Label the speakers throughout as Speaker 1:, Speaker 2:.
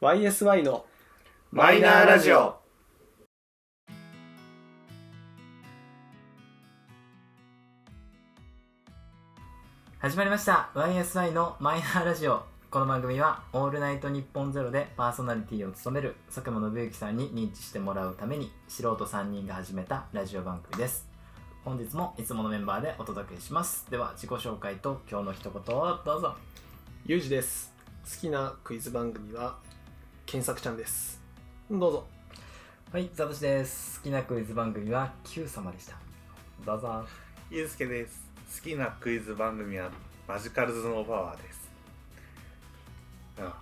Speaker 1: YSY の
Speaker 2: マイナーラジオ。
Speaker 3: 始まりました YSI のマイナーラジオこの番組は「オールナイトニッポンゼロでパーソナリティを務める佐久間信之さんに認知してもらうために素人3人が始めたラジオ番組です本日もいつものメンバーでお届けしますでは自己紹介と今日の一言をどうぞ
Speaker 1: ゆうじです好きなクイズ番組は検索ちゃんですどうぞ
Speaker 3: はいサトシです好きなクイズ番組は「Q 様」でしたどうぞ
Speaker 2: ゆうすけです。好きなクイズ番組はマジカルズのパワーです。
Speaker 3: は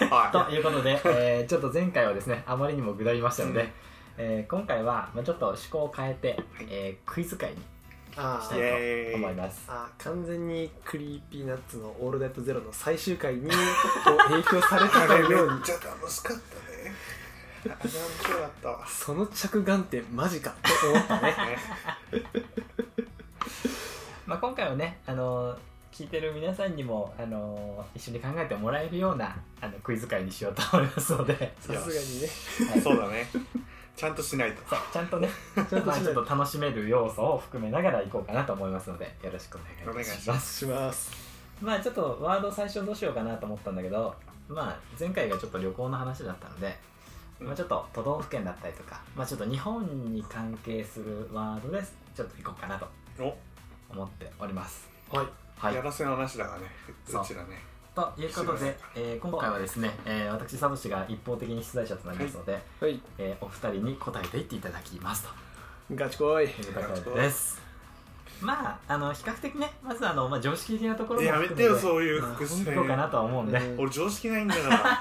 Speaker 3: い
Speaker 2: は
Speaker 3: ということで、えーちょっと前回はですねあまりにもぐだりましたので、
Speaker 2: うん
Speaker 3: えー今回は、まあ、ちょっと趣向を変えて、
Speaker 2: はい
Speaker 3: えークイズ会に
Speaker 1: あ
Speaker 3: した
Speaker 1: ー
Speaker 3: いと思います
Speaker 1: あー完全にクリーピーナッツの「オールナイトゼロの最終回にこう影響されたかのよう に
Speaker 2: ちゃ楽しかったね。あれは面白かったわ。
Speaker 1: その着眼点マジかと思ったね
Speaker 3: まあ、今回はね、あのー聞いてる皆さんにも、あのー一緒に考えてもらえるようなあのクイズ会にしようと思いますので
Speaker 1: さすがにね
Speaker 2: そうだね。ちゃんとしないと。
Speaker 3: そうちゃんとね
Speaker 1: ちゃんと
Speaker 3: まあ
Speaker 1: し
Speaker 3: ちょ
Speaker 1: な
Speaker 3: っ
Speaker 1: い
Speaker 3: と楽しめる要素を含めながらいこうかなと思いますのでよろしくお願いいたし
Speaker 2: お願
Speaker 3: ま
Speaker 2: い
Speaker 3: す
Speaker 1: します
Speaker 3: まあちょっとワード最初どうしようかなと思ったんだけどまあ前回がちょっと旅行の話だったので、まあ、ちょっと都道府県だったりとか、まあ、ちょっと日本に関係するワードですちょっといこうかなと
Speaker 2: お、
Speaker 3: 思っております
Speaker 1: はい
Speaker 3: はい
Speaker 2: やらせの話だからね。
Speaker 3: そう
Speaker 2: うちらね。
Speaker 3: ということで、えー今回はですね、えー私サトシが一方的に出題者となりますので、
Speaker 1: はい
Speaker 3: えーお二人に答えていっていただきます
Speaker 1: ガチ恋
Speaker 3: ということですまああの比較的ねまずあの、まあ、常識的なところも
Speaker 2: やめ
Speaker 3: 含め
Speaker 2: てよ、
Speaker 3: う
Speaker 2: そういう
Speaker 1: まあ
Speaker 2: 伏
Speaker 3: 本
Speaker 2: 線。
Speaker 3: 当かなとは思うんで、
Speaker 1: うん
Speaker 2: 俺常識ないんだ から。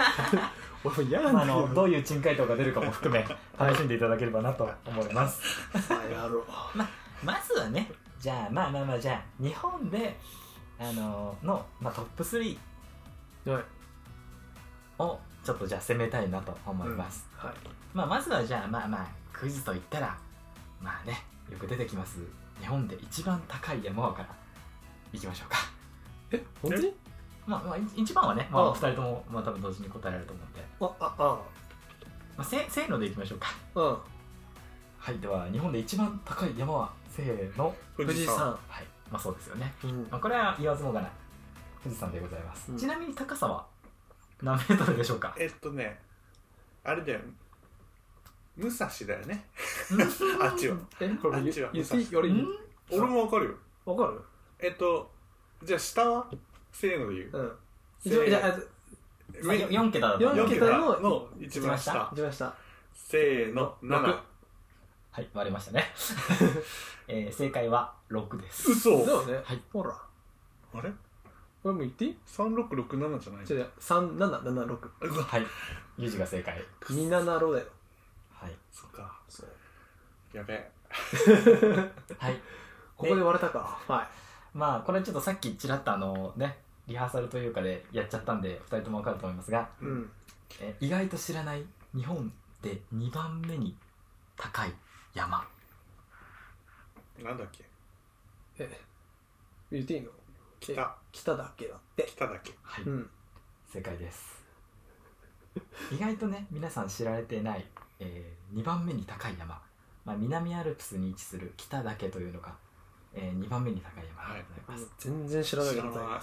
Speaker 1: 俺も嫌なん
Speaker 3: まあ、
Speaker 1: だ
Speaker 3: あ
Speaker 1: け
Speaker 3: の
Speaker 1: ど
Speaker 3: どういう珍解答が出るかも含め楽しんでいただければなと思います
Speaker 1: さあやろう
Speaker 3: まずはねじゃあまあまあまあじゃあ日本であのの、まあ、トップ3
Speaker 1: はい
Speaker 3: をちょっとじゃあ攻めたいなと思います、
Speaker 1: はい
Speaker 3: まあまずはじゃあまあまあクイズといったらまあねよく出てきます日本で一番高い山からいきましょうか
Speaker 1: え本当に
Speaker 3: まあまあい一番はね、まあ、
Speaker 1: ああ
Speaker 3: お二人とも、まあ、多分同時に答えられると思うんで、
Speaker 1: ああ
Speaker 3: まあ、せせーのでいきましょうか
Speaker 1: あうん
Speaker 3: はいでは日本で一番高い山はせーの
Speaker 1: 富士。山
Speaker 3: はいまあそうですよね
Speaker 1: うん
Speaker 3: まあ、これは言わずもがな富士山でございます、
Speaker 1: うん
Speaker 3: ちなみに高さは何メートルでしょうか
Speaker 2: えっとね、あれだよ。武蔵だよ ね。あっちは。
Speaker 1: えこれ
Speaker 2: あ
Speaker 1: 言
Speaker 2: 違う
Speaker 1: 言っていい俺
Speaker 3: う
Speaker 1: 言うん
Speaker 2: 俺もわかるよ。
Speaker 1: わかる
Speaker 2: えっと、じゃあ下はせーので言う。
Speaker 1: うん
Speaker 2: せ
Speaker 1: 一応
Speaker 2: ー
Speaker 1: じゃああ
Speaker 3: まあ、よ4桁だと思う
Speaker 1: 四
Speaker 2: 四
Speaker 1: 桁の
Speaker 2: の一番下
Speaker 1: 行。きました
Speaker 2: せーの、7
Speaker 1: 六。
Speaker 3: はい割れま したね、えー正解は6です
Speaker 2: 嘘
Speaker 1: そうね
Speaker 3: はい
Speaker 1: ほら
Speaker 2: あれ
Speaker 1: これもう言っていい
Speaker 2: ?3667 じゃない
Speaker 1: じゃあ3776
Speaker 2: うわ、
Speaker 3: はいユージが正解
Speaker 1: 276だよ
Speaker 3: はい、
Speaker 2: そっか。やべえ。
Speaker 3: はい、
Speaker 1: ここで割れたかは
Speaker 3: まあこれちょっとさっきちらっとあのねリハーサルというかでやっちゃったんで2人とも分かると思いますが、
Speaker 1: いうん
Speaker 3: えー意外と知らない日本で2番目に高い山
Speaker 2: なんだっけ
Speaker 1: え言っていいのえ
Speaker 2: 北。
Speaker 1: 北だけだって
Speaker 2: 北だっけ
Speaker 3: はい、
Speaker 1: うん
Speaker 3: 正解です意外とね皆さん知られてない、え2番目に高い山、まあ、南アルプスに位置する北岳というのが、え2番目に高い山でございます、
Speaker 1: 全然知らない
Speaker 2: 知
Speaker 1: からら
Speaker 2: な。
Speaker 1: はい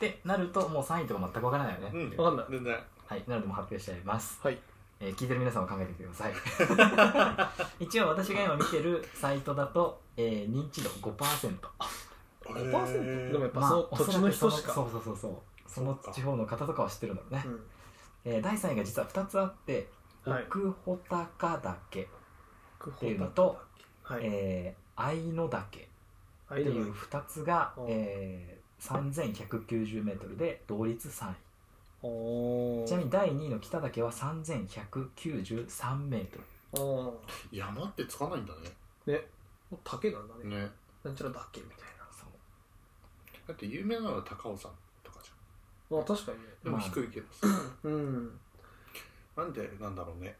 Speaker 3: でなるともう3位とか全くわからないよね、
Speaker 2: うん。
Speaker 1: わかんない
Speaker 2: 全然。
Speaker 3: はいなのでもう発表しちゃいます、
Speaker 1: い
Speaker 3: えー聞いてる皆さんも考えてみてください 一応私が今見てるサイトだと、えー認知度5%
Speaker 1: 5%でもやっぱ
Speaker 3: まあ
Speaker 1: その土地の人し
Speaker 3: おそ
Speaker 1: から
Speaker 3: くそのそうそうそうそうその地方の方とかは知ってるんだろうね、
Speaker 1: うん
Speaker 3: えー第3位が実は2つあって
Speaker 1: はい
Speaker 3: 奥穂高岳、
Speaker 1: って
Speaker 3: いうのと
Speaker 1: はい
Speaker 3: えー愛の岳
Speaker 1: あ
Speaker 3: と
Speaker 1: いい
Speaker 3: い
Speaker 1: の
Speaker 3: う2つが
Speaker 1: うん、
Speaker 3: えー、3190m で同率3位
Speaker 1: おー
Speaker 3: ちなみに第2位の北岳は 3193m
Speaker 1: お
Speaker 2: 山ってつかないんだ
Speaker 1: ーね竹なんだね
Speaker 2: ね。ね。
Speaker 1: なんちゃらだけみたいな
Speaker 3: そう
Speaker 2: だって有名なのは高尾山とかじ
Speaker 1: まあ確かにね
Speaker 2: ゃん。でも
Speaker 3: まあ
Speaker 2: 低いけどさ。
Speaker 1: うん
Speaker 2: なんでなんだろうね。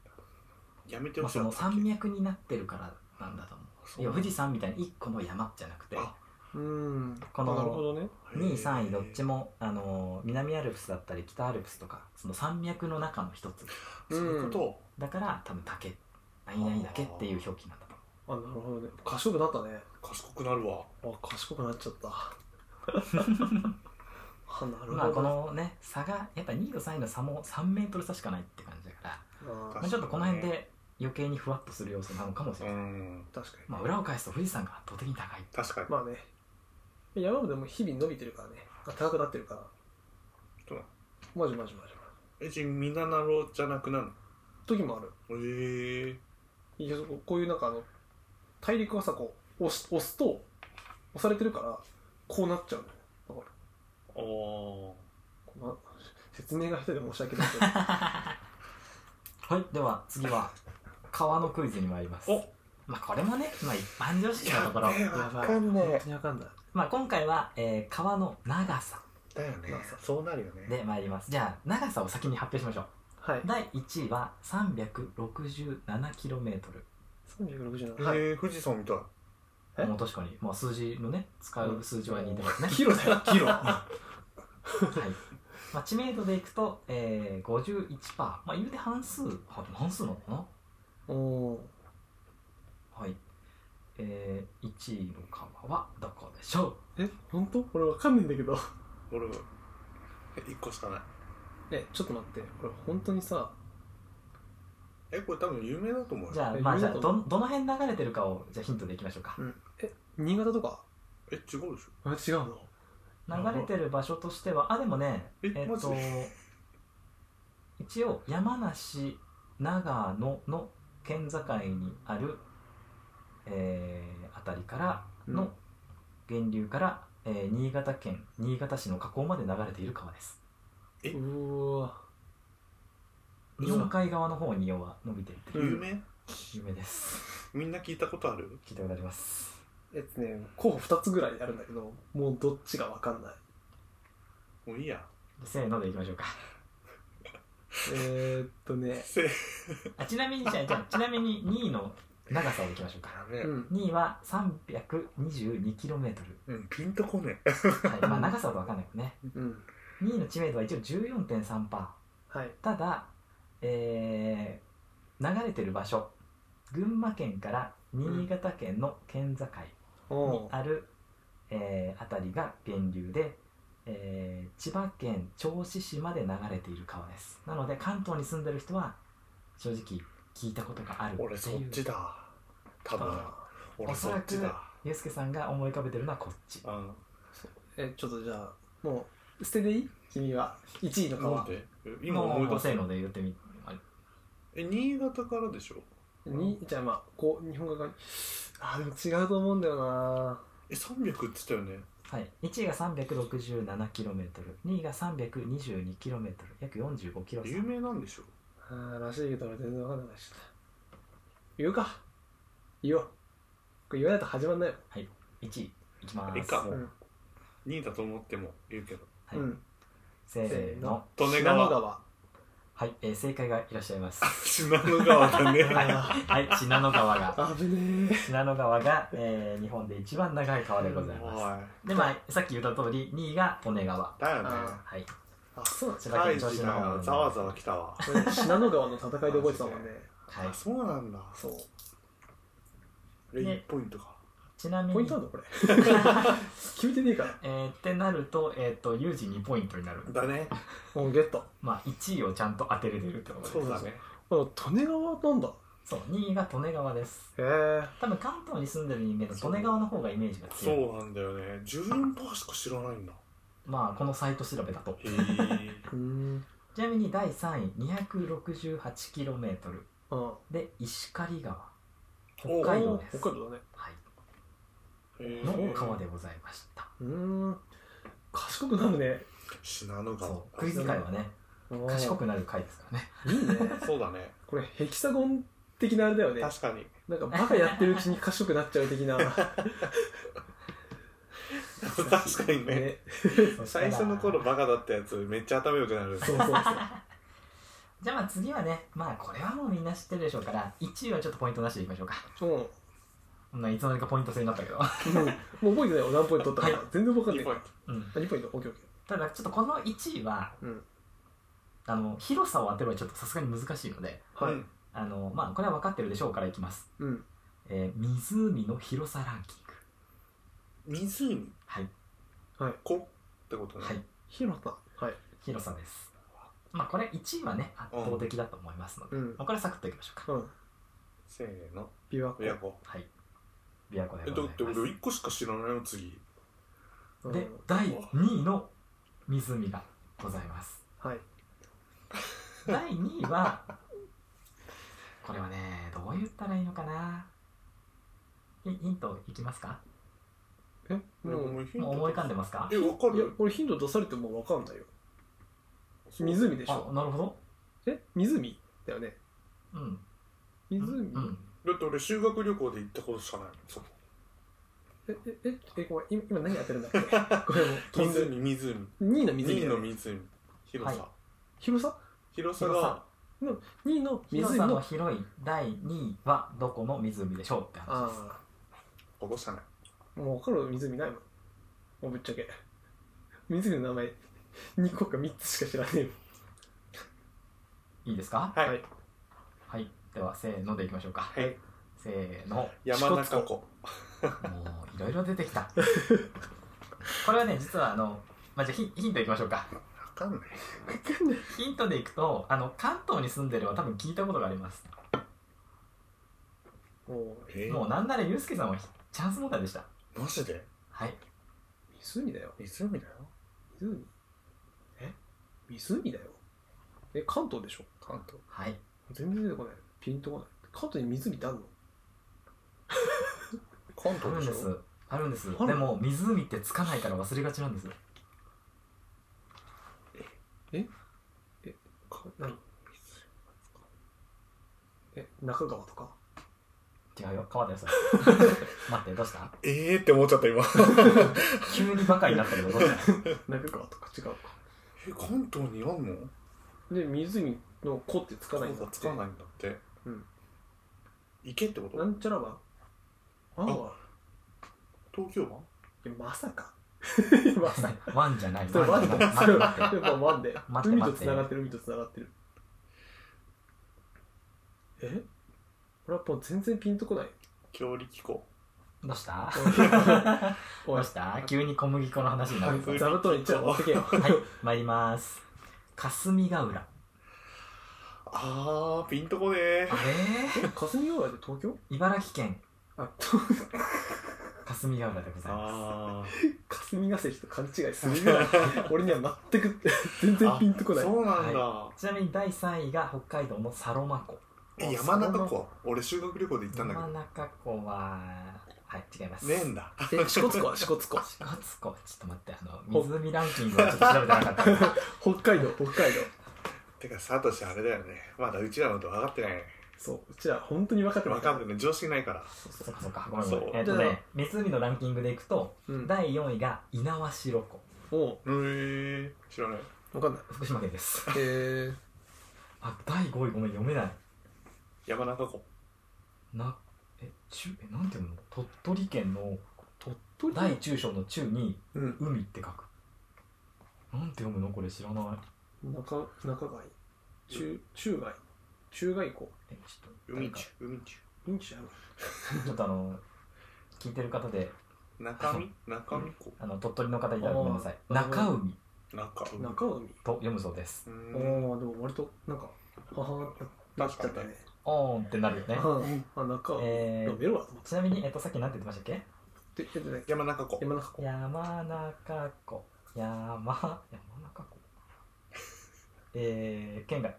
Speaker 2: やめて
Speaker 3: ま
Speaker 2: ほ
Speaker 3: あ、
Speaker 2: しい
Speaker 3: そ。の山脈になってるからなんだと思う
Speaker 2: そう
Speaker 3: 要は富士山みたいに1個の山じゃなくて
Speaker 2: あ
Speaker 1: うん
Speaker 3: この
Speaker 1: あなるほどね
Speaker 3: 2位3位どっちも、あのー南アルプスだったり北アルプスとかその山脈の中の一つ
Speaker 2: そういうこと、
Speaker 3: だから多分竹何々だけっていう表記なんだと思
Speaker 1: あなるほどね賢くなったね
Speaker 2: 賢くなるわ
Speaker 1: あ賢くなっちゃった あなる
Speaker 3: うまあ
Speaker 1: ほ
Speaker 3: こ
Speaker 1: ど、
Speaker 3: のね差がやっぱ2位と3位の差も3メートル差しかないって感じだから、
Speaker 1: あ
Speaker 3: まあ、ちょっとこの辺で余計にふわっとする要素なのかもしれ
Speaker 2: う
Speaker 3: ない、
Speaker 2: ん
Speaker 1: 確かに
Speaker 3: まあ、裏を返すと富士山が圧倒的に高い
Speaker 2: 確かに、
Speaker 1: まあね山もでも日々伸びてるからね高くなってるから
Speaker 2: そうだ
Speaker 1: マジマジマジマジ
Speaker 2: えじゃあみななろじゃなくなる
Speaker 1: 時もある
Speaker 2: のへえ
Speaker 1: いやそうこういうなんかあの大陸はさこう押し押すと押されてるからこうなっちゃうのよだから
Speaker 2: あー
Speaker 1: こうな説明が下手で申し訳ないけど
Speaker 3: はいでは次は川のクイズに参ります
Speaker 2: お
Speaker 3: まあこれもね、まあ、一般常識なところ
Speaker 1: やばい
Speaker 2: んね
Speaker 1: 本
Speaker 2: え
Speaker 1: 当にわかんない
Speaker 3: まあ今回は、えー川の長さ
Speaker 2: だよね
Speaker 1: まあさ
Speaker 2: そうなるよね
Speaker 3: で参りますじゃあ長さを先に発表しましょう
Speaker 1: はい
Speaker 3: 第1位は 367km
Speaker 1: 367はい
Speaker 2: えー、富士山みたい
Speaker 1: え
Speaker 3: もう確かに、まあ、数字のね使う数字は似てま すね、
Speaker 1: キロだよキロ
Speaker 3: はいまあ、知名度でいくと、えー、51%、まあ、言うて半数は半数なのかな
Speaker 1: おお
Speaker 3: はい、えー、1位の川はどこでしょう
Speaker 1: ーえ本当これわかんないんだけど
Speaker 2: 俺は1個しかない
Speaker 1: えちょっと待ってこれ本当にさ
Speaker 2: えこれ多分有名だと思うよ
Speaker 3: じゃあ,、
Speaker 1: え
Speaker 3: まあ、じゃあ
Speaker 1: 言うこと
Speaker 3: どどの辺流れてるかをじゃあヒントでいきましょうか
Speaker 1: え新潟とか
Speaker 2: え違うでしょ
Speaker 1: あ違うの
Speaker 3: 流れてる場所としてはあでもねえ
Speaker 2: え
Speaker 3: っ、
Speaker 2: マジ
Speaker 3: と一応山梨長野の県境にあるえー、あたりから
Speaker 1: う
Speaker 3: の
Speaker 1: ん
Speaker 3: 源流から、えー新潟県新潟市の河口まで流れている川です
Speaker 2: え
Speaker 1: うーわ
Speaker 3: 日本海側の方に要は伸びていって
Speaker 1: うん
Speaker 3: る
Speaker 2: 有名
Speaker 3: 夢です
Speaker 2: みんな聞いたことある
Speaker 3: 聞いたことあります
Speaker 1: えっとね候補2つぐらいあるんだけどもうどっちがわかんない
Speaker 2: もういいや
Speaker 3: せーのでいきましょうか
Speaker 1: えーっとね
Speaker 2: せや
Speaker 3: あちなみにじゃあじゃあちなみに2位の長さをいきましょうか
Speaker 2: べえ
Speaker 1: うん
Speaker 3: 2位は 322km
Speaker 2: うんピンとこね
Speaker 3: はい、まあ長さは分かんないけどね
Speaker 1: うん
Speaker 3: 2位の知名度は一応14.3%
Speaker 1: はい
Speaker 3: ただ、えー流れてる場所群馬県から新潟県の県境に
Speaker 1: おー
Speaker 3: ある、えー辺りが源流で、えー千葉県銚子市まで流れている川ですなので関東に住んでる人は正直聞いたことがある
Speaker 2: 俺
Speaker 3: って
Speaker 2: そ
Speaker 3: い
Speaker 2: っ
Speaker 3: う
Speaker 2: ちだ多分
Speaker 1: あ
Speaker 2: 俺そっちだ
Speaker 3: ゆうすけさんが思い浮かべてるのはこっち
Speaker 2: うん
Speaker 1: ーえちょっとじゃあもう捨てでいい君は1位の
Speaker 2: なん
Speaker 1: 川
Speaker 2: でえ今思い出
Speaker 3: せ
Speaker 2: せ
Speaker 3: ーので言ってみ
Speaker 2: え新潟からでしょ
Speaker 1: にじゃあまあこう日本語があーでも違うと思うんだよな
Speaker 2: え300っつったよね
Speaker 3: はい、1位が 367km2 位が 322km 約 45km
Speaker 2: 有名なんでしょ
Speaker 1: あーらしいけど俺全然わかんないし言うか言おうこれ言わないと始まんないよ、
Speaker 3: 1位いきます
Speaker 2: いいか
Speaker 3: は
Speaker 2: も
Speaker 3: いう
Speaker 2: 2位だと思っても言うけど
Speaker 1: うん
Speaker 3: せーの
Speaker 2: 利根
Speaker 1: 信濃
Speaker 2: 川
Speaker 1: 川
Speaker 3: はい、えー正解がいらっしゃいます
Speaker 2: あ信濃川だね
Speaker 1: あ
Speaker 3: はい信濃川が
Speaker 1: ー危ね
Speaker 3: 信濃川が、えー日本で一番長い川でございま
Speaker 2: は
Speaker 3: すでまあさっき言った通り2位が利根川
Speaker 2: いだよね
Speaker 1: あ
Speaker 3: はい
Speaker 1: えあそうなんです
Speaker 3: 千
Speaker 1: ね
Speaker 3: 葉
Speaker 2: 大
Speaker 3: 県銚
Speaker 2: 事
Speaker 3: 子
Speaker 2: だ
Speaker 3: の方
Speaker 2: よ
Speaker 3: の
Speaker 2: ざわざわ来たわ
Speaker 1: 俺信濃川の戦いで覚えてたもんね
Speaker 3: はい
Speaker 2: あ、そうなんだ
Speaker 1: そう
Speaker 2: レイ
Speaker 3: ね
Speaker 2: ンポイントか
Speaker 3: ちなみ
Speaker 1: ポイン
Speaker 3: に
Speaker 1: トあるのこれ聞いてねえから
Speaker 3: えーってなるとえっ、と有事2ポイントになる
Speaker 2: だね
Speaker 1: もうゲット
Speaker 3: まあ1位をちゃんと当てれてるってことです
Speaker 2: そうだね
Speaker 1: あ利根川なんだ
Speaker 3: そう2位が利根川です
Speaker 1: へえ
Speaker 3: 多分関東に住んでる人間の利根川の方がイメージが
Speaker 2: そ
Speaker 3: 強いう
Speaker 2: なんだよね14%しか知らないんだ
Speaker 3: まあこのサイト調べだと
Speaker 2: へえ
Speaker 1: うん
Speaker 3: ちなみに第3位 268km
Speaker 1: あ
Speaker 3: で石狩川
Speaker 2: お
Speaker 3: 北海道です、
Speaker 1: 北海道だね
Speaker 3: はい、
Speaker 2: へ
Speaker 3: の川でございました
Speaker 1: うーん賢くなるね
Speaker 2: 信濃川
Speaker 3: そうクイズ界はね賢くなる回ですからね
Speaker 1: いいね
Speaker 2: そうだね
Speaker 1: これヘキサゴン的なあれだよね
Speaker 2: 確かに
Speaker 1: なんかバカやってるうちに賢くなっちゃう的な
Speaker 2: 確かにね
Speaker 1: ね
Speaker 2: 最初の頃バカだったやつめっちゃ頭良くなる
Speaker 1: そうそうそう
Speaker 3: じゃあまあ次はねまあこれはもうみんな知ってるでしょうから1位はちょっとポイントなしでいきましょうか
Speaker 1: うん
Speaker 3: こんないつの間にかポイント制になったけど、
Speaker 1: もう覚えてないよ何ポイント取ったか全然分かんない
Speaker 2: 2ポイン
Speaker 3: うん、
Speaker 1: あ2ポイント OKOK
Speaker 3: ただちょっとこの1位は
Speaker 1: うん
Speaker 3: あの広さを当てるのはちょっとさすがに難しいので
Speaker 2: ト
Speaker 1: はい
Speaker 2: うん
Speaker 3: あの、まあ、これは分かってるでしょうからいきます、
Speaker 1: うん
Speaker 3: えー湖の広さランキング
Speaker 2: 湖
Speaker 3: はい
Speaker 1: はい
Speaker 2: こってことね、
Speaker 3: はい
Speaker 1: 広さはい
Speaker 3: 広さですまあこれ1位はね圧倒的だと思いますので、
Speaker 1: うん
Speaker 3: まあこれはサクッといきましょうか、
Speaker 1: うん
Speaker 2: せーの
Speaker 1: 琵琶湖
Speaker 2: 親子
Speaker 3: はい琵琶湖で
Speaker 2: えだ
Speaker 3: ござい
Speaker 2: って俺
Speaker 3: ます
Speaker 2: 1個しか知らないの次
Speaker 1: うん
Speaker 3: で第2位の湖がござい ます
Speaker 1: はい
Speaker 3: 第2位はこれはねどう言ったらいいのかなヒヒントいきますか
Speaker 1: えもう
Speaker 2: もう
Speaker 3: もう思い浮かんでますか
Speaker 2: えわか
Speaker 1: いや
Speaker 2: る
Speaker 1: これ頻度出されても分かんないよ湖でし
Speaker 3: あ
Speaker 1: ょ
Speaker 3: なるほど
Speaker 1: え湖だよね
Speaker 3: うん
Speaker 1: 湖、
Speaker 3: うん
Speaker 2: だって俺修学旅行で行ったことしかないもんそう
Speaker 1: ええええごめん今今何やってるんだっけこれもう飛んでる
Speaker 2: 湖湖
Speaker 1: 2位の
Speaker 2: 湖
Speaker 1: 湖
Speaker 2: の湖広さ、
Speaker 3: は
Speaker 1: 広さ
Speaker 2: 広さが
Speaker 3: 広さ
Speaker 1: 2位の
Speaker 3: 広
Speaker 1: 湖
Speaker 3: さの
Speaker 1: の
Speaker 3: 広い第2位はどこの湖でしょうって話です
Speaker 1: あ
Speaker 2: ここしかない
Speaker 1: あもう分かる湖ないもんもうぶっちゃけ湖の名前2個か3つしか知らねえよ
Speaker 3: いいですか
Speaker 2: はい、
Speaker 1: はい
Speaker 3: はいではせーのでいきましょうか
Speaker 2: はい
Speaker 3: せーのも
Speaker 2: 山中湖
Speaker 3: ういろいろ出てき たこれはね実はあのまあ、じゃあヒヒントいきましょうか
Speaker 2: わかんない
Speaker 1: 分かんない
Speaker 3: ヒントでいくとあの関東に住んでるは多分聞いたことがあります
Speaker 1: もう
Speaker 2: え
Speaker 3: もうなんならユうスケさんはひチャンス問題でした
Speaker 2: マジで
Speaker 3: はい
Speaker 1: 湖だよ
Speaker 2: 湖だよ
Speaker 1: 湖え湖だよえ関東でしょ
Speaker 2: 関東
Speaker 3: はい
Speaker 1: 全然出てこないピンとこない関東に湖ってあんの
Speaker 2: 関
Speaker 3: あるん
Speaker 2: 東
Speaker 3: で
Speaker 2: でし
Speaker 3: す
Speaker 2: ょ
Speaker 3: あるんです
Speaker 1: あ
Speaker 3: で
Speaker 1: る
Speaker 3: も湖ってつかないから忘れがちなんです
Speaker 1: か何え中川とか
Speaker 3: 違うよ川田です 待ってどうした
Speaker 2: ええー、って思っちゃった今
Speaker 3: 急にバカになったけどどうした
Speaker 1: 中川とか違うか
Speaker 2: え関東にあんの
Speaker 1: で湖の「湖ってつかないんだ
Speaker 2: そ
Speaker 1: っ
Speaker 2: う
Speaker 1: て
Speaker 2: つかないんだって
Speaker 1: うん
Speaker 2: 池ってこ
Speaker 1: な
Speaker 2: と
Speaker 1: んちゃらはあは
Speaker 2: 東京湾
Speaker 1: いやまさ かまさか
Speaker 3: ワンじゃない
Speaker 1: それワンだよそ
Speaker 3: 待
Speaker 1: れ
Speaker 3: って
Speaker 1: は
Speaker 3: 待って
Speaker 1: やっぱワンで
Speaker 3: 待って
Speaker 1: 海と
Speaker 3: 待って
Speaker 1: つながってる海とつながってるえこれはもう全然ピンとこ ない
Speaker 2: 強力湖
Speaker 3: どうしたど
Speaker 1: おいう
Speaker 3: した急に小麦粉の話になるぞ
Speaker 1: 座布団にちゃ持ってけよ
Speaker 3: はい参ります霞ヶ浦
Speaker 2: あーピンとこねー
Speaker 3: あれ
Speaker 1: え霞ヶ浦で東京
Speaker 3: 茨城県
Speaker 1: あ東
Speaker 3: 霞ヶ浦でございま
Speaker 2: あ
Speaker 1: 霞ヶ関と勘違いするぐ らい俺には全く全然ピンとこない
Speaker 2: そうなんだ、
Speaker 3: すちなみに第3位が北海道のサロマ湖
Speaker 2: え山中湖俺修学旅行で行ったんだけど
Speaker 3: 山中湖ははい違います
Speaker 2: ねえんだ
Speaker 1: え支笏湖は支笏湖
Speaker 3: 四国湖ちょっと待ってあの湖ランキングはちょっと調べてなかったんで
Speaker 1: 北海道北海道
Speaker 2: てかサトシあれだよねまだうちらのこと分かってないね
Speaker 1: そううちら本当に分かって
Speaker 2: 分
Speaker 1: な
Speaker 2: かんないね常識ないから
Speaker 3: そっかそっかごめんごめ
Speaker 2: そ
Speaker 3: ん
Speaker 2: う
Speaker 3: えっ、とね湖のランキングでいくと
Speaker 1: うん
Speaker 3: 第4位が猪苗代湖
Speaker 1: も
Speaker 2: へえー、知らないう
Speaker 1: 分かんない
Speaker 3: 福島県です
Speaker 1: へえ
Speaker 3: あ第5位ごめん読めない
Speaker 2: 山中湖
Speaker 3: なえ中えなんていうの鳥取県の
Speaker 1: 鳥取
Speaker 3: 大中小の中に
Speaker 1: うん
Speaker 3: 海って書くなんて読むのこれ知らない
Speaker 1: 中中街中中街中街湖
Speaker 3: えちょっと
Speaker 2: 海
Speaker 3: 誰か
Speaker 2: 中海中
Speaker 1: いいんちゃう
Speaker 3: ちょっとあの聞いてる方で
Speaker 2: 中 身中身湖
Speaker 3: あの鳥取の方いたらごめんなさい
Speaker 1: あー
Speaker 3: 中海
Speaker 2: 中海
Speaker 1: 中海
Speaker 3: と読むそうです
Speaker 2: う
Speaker 1: ああ
Speaker 2: ーん
Speaker 1: ーでも割となんかははなっちゃったね
Speaker 3: おーんってなるよね
Speaker 1: うんあ中海
Speaker 3: えー
Speaker 1: やめろわと思っ
Speaker 3: ちなみに、えっと、さっきなんて言ってましたっけ
Speaker 1: てででで
Speaker 2: 山中湖
Speaker 1: 山中湖
Speaker 3: 山中湖山山中湖えー、県外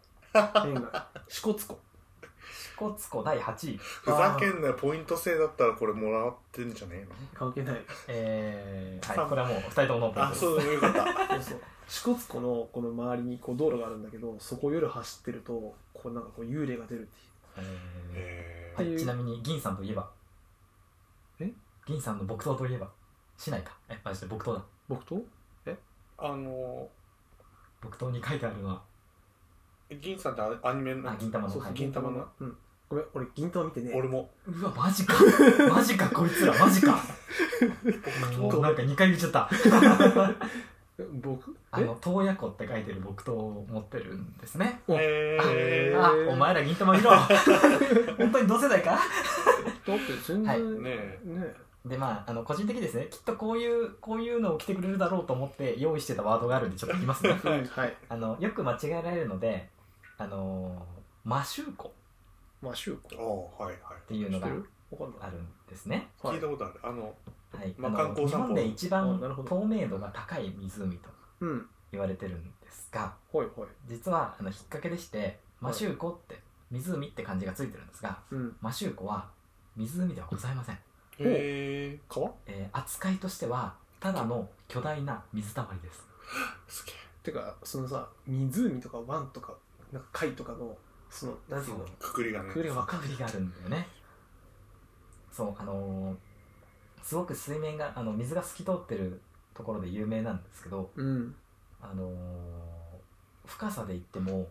Speaker 1: 県外支笏湖
Speaker 3: 支笏湖第8位
Speaker 2: ふざけんなよポイント制だったらこれもらってんじゃね
Speaker 1: 関係ない
Speaker 3: えー、は
Speaker 2: さ
Speaker 3: い
Speaker 2: ん
Speaker 3: これはもう2人ともノー
Speaker 2: え
Speaker 3: プラ
Speaker 2: の
Speaker 3: ン
Speaker 2: あ
Speaker 3: です
Speaker 2: そうよかった
Speaker 1: そ うそう支笏湖のこの周りにこう道路があるんだけどそこを夜走ってるとこうなんかこう幽霊が出るっていう
Speaker 3: え
Speaker 2: え
Speaker 3: ー
Speaker 1: って
Speaker 3: はいいうちなみに銀さんといえば
Speaker 1: え
Speaker 3: 銀さんの木刀といえば市内かえマジで木刀だ
Speaker 1: 僕と
Speaker 2: ー、あの
Speaker 3: 木刀に書いてあるのは
Speaker 2: ー、銀さんってアニメの
Speaker 3: あ銀玉の
Speaker 1: そうそ
Speaker 3: は
Speaker 1: う
Speaker 3: い
Speaker 1: 銀玉の、うん、ごめん俺銀魂見てね
Speaker 2: 俺も
Speaker 3: うわマジかマジかこいつらマジかもうなんか2回見ちゃった
Speaker 1: 僕
Speaker 3: あ
Speaker 1: え
Speaker 3: の洞爺湖って書いてる木刀を持ってるんですね
Speaker 1: お
Speaker 2: え
Speaker 3: あ
Speaker 2: ー、
Speaker 3: お前ら銀魂見ろ本当に同世代か
Speaker 1: だって全然、
Speaker 3: はい
Speaker 1: ね
Speaker 2: ねえ
Speaker 1: え
Speaker 3: でまああの個人的にですねきっとこういうこういうのを着てくれるだろうと思って用意してたワードがあるんでちょっと言いますね
Speaker 1: はい、はい、
Speaker 3: あのよく間違えられるのであのマシュー湖
Speaker 1: まあシューコ
Speaker 2: ああはいは
Speaker 3: ってい
Speaker 1: 知
Speaker 3: う
Speaker 1: っ
Speaker 3: のが
Speaker 1: てるわかんな
Speaker 3: あ
Speaker 1: い
Speaker 3: るんですね
Speaker 2: い聞いたことあるあの
Speaker 3: はい、
Speaker 2: まあ
Speaker 3: の
Speaker 2: 観光
Speaker 3: 日
Speaker 2: 散歩
Speaker 3: 本で一
Speaker 1: あ
Speaker 3: 番
Speaker 1: なるほど
Speaker 3: 透明度が高い湖と
Speaker 1: うん
Speaker 3: 言われてるんですが
Speaker 1: はいはい
Speaker 3: 実はあの引っ掛けでしてマシュー湖って湖って漢字がついてるんですが
Speaker 1: うん
Speaker 3: マシュー湖は湖ではございません、
Speaker 2: へえ
Speaker 1: 川
Speaker 3: えー扱いとしてはただの巨大な水たまりです
Speaker 2: すげえ
Speaker 1: てかそのさ湖とか湾とかなんか海とかのそのなんていうの
Speaker 3: そう
Speaker 2: くくりがね
Speaker 1: くくりがわかん
Speaker 3: 若ぶ
Speaker 1: ない
Speaker 3: りがあるんだよねそうあのーすごく水面があの水が透き通ってるところで有名なんですけど
Speaker 1: うん
Speaker 3: あのー深さで言っても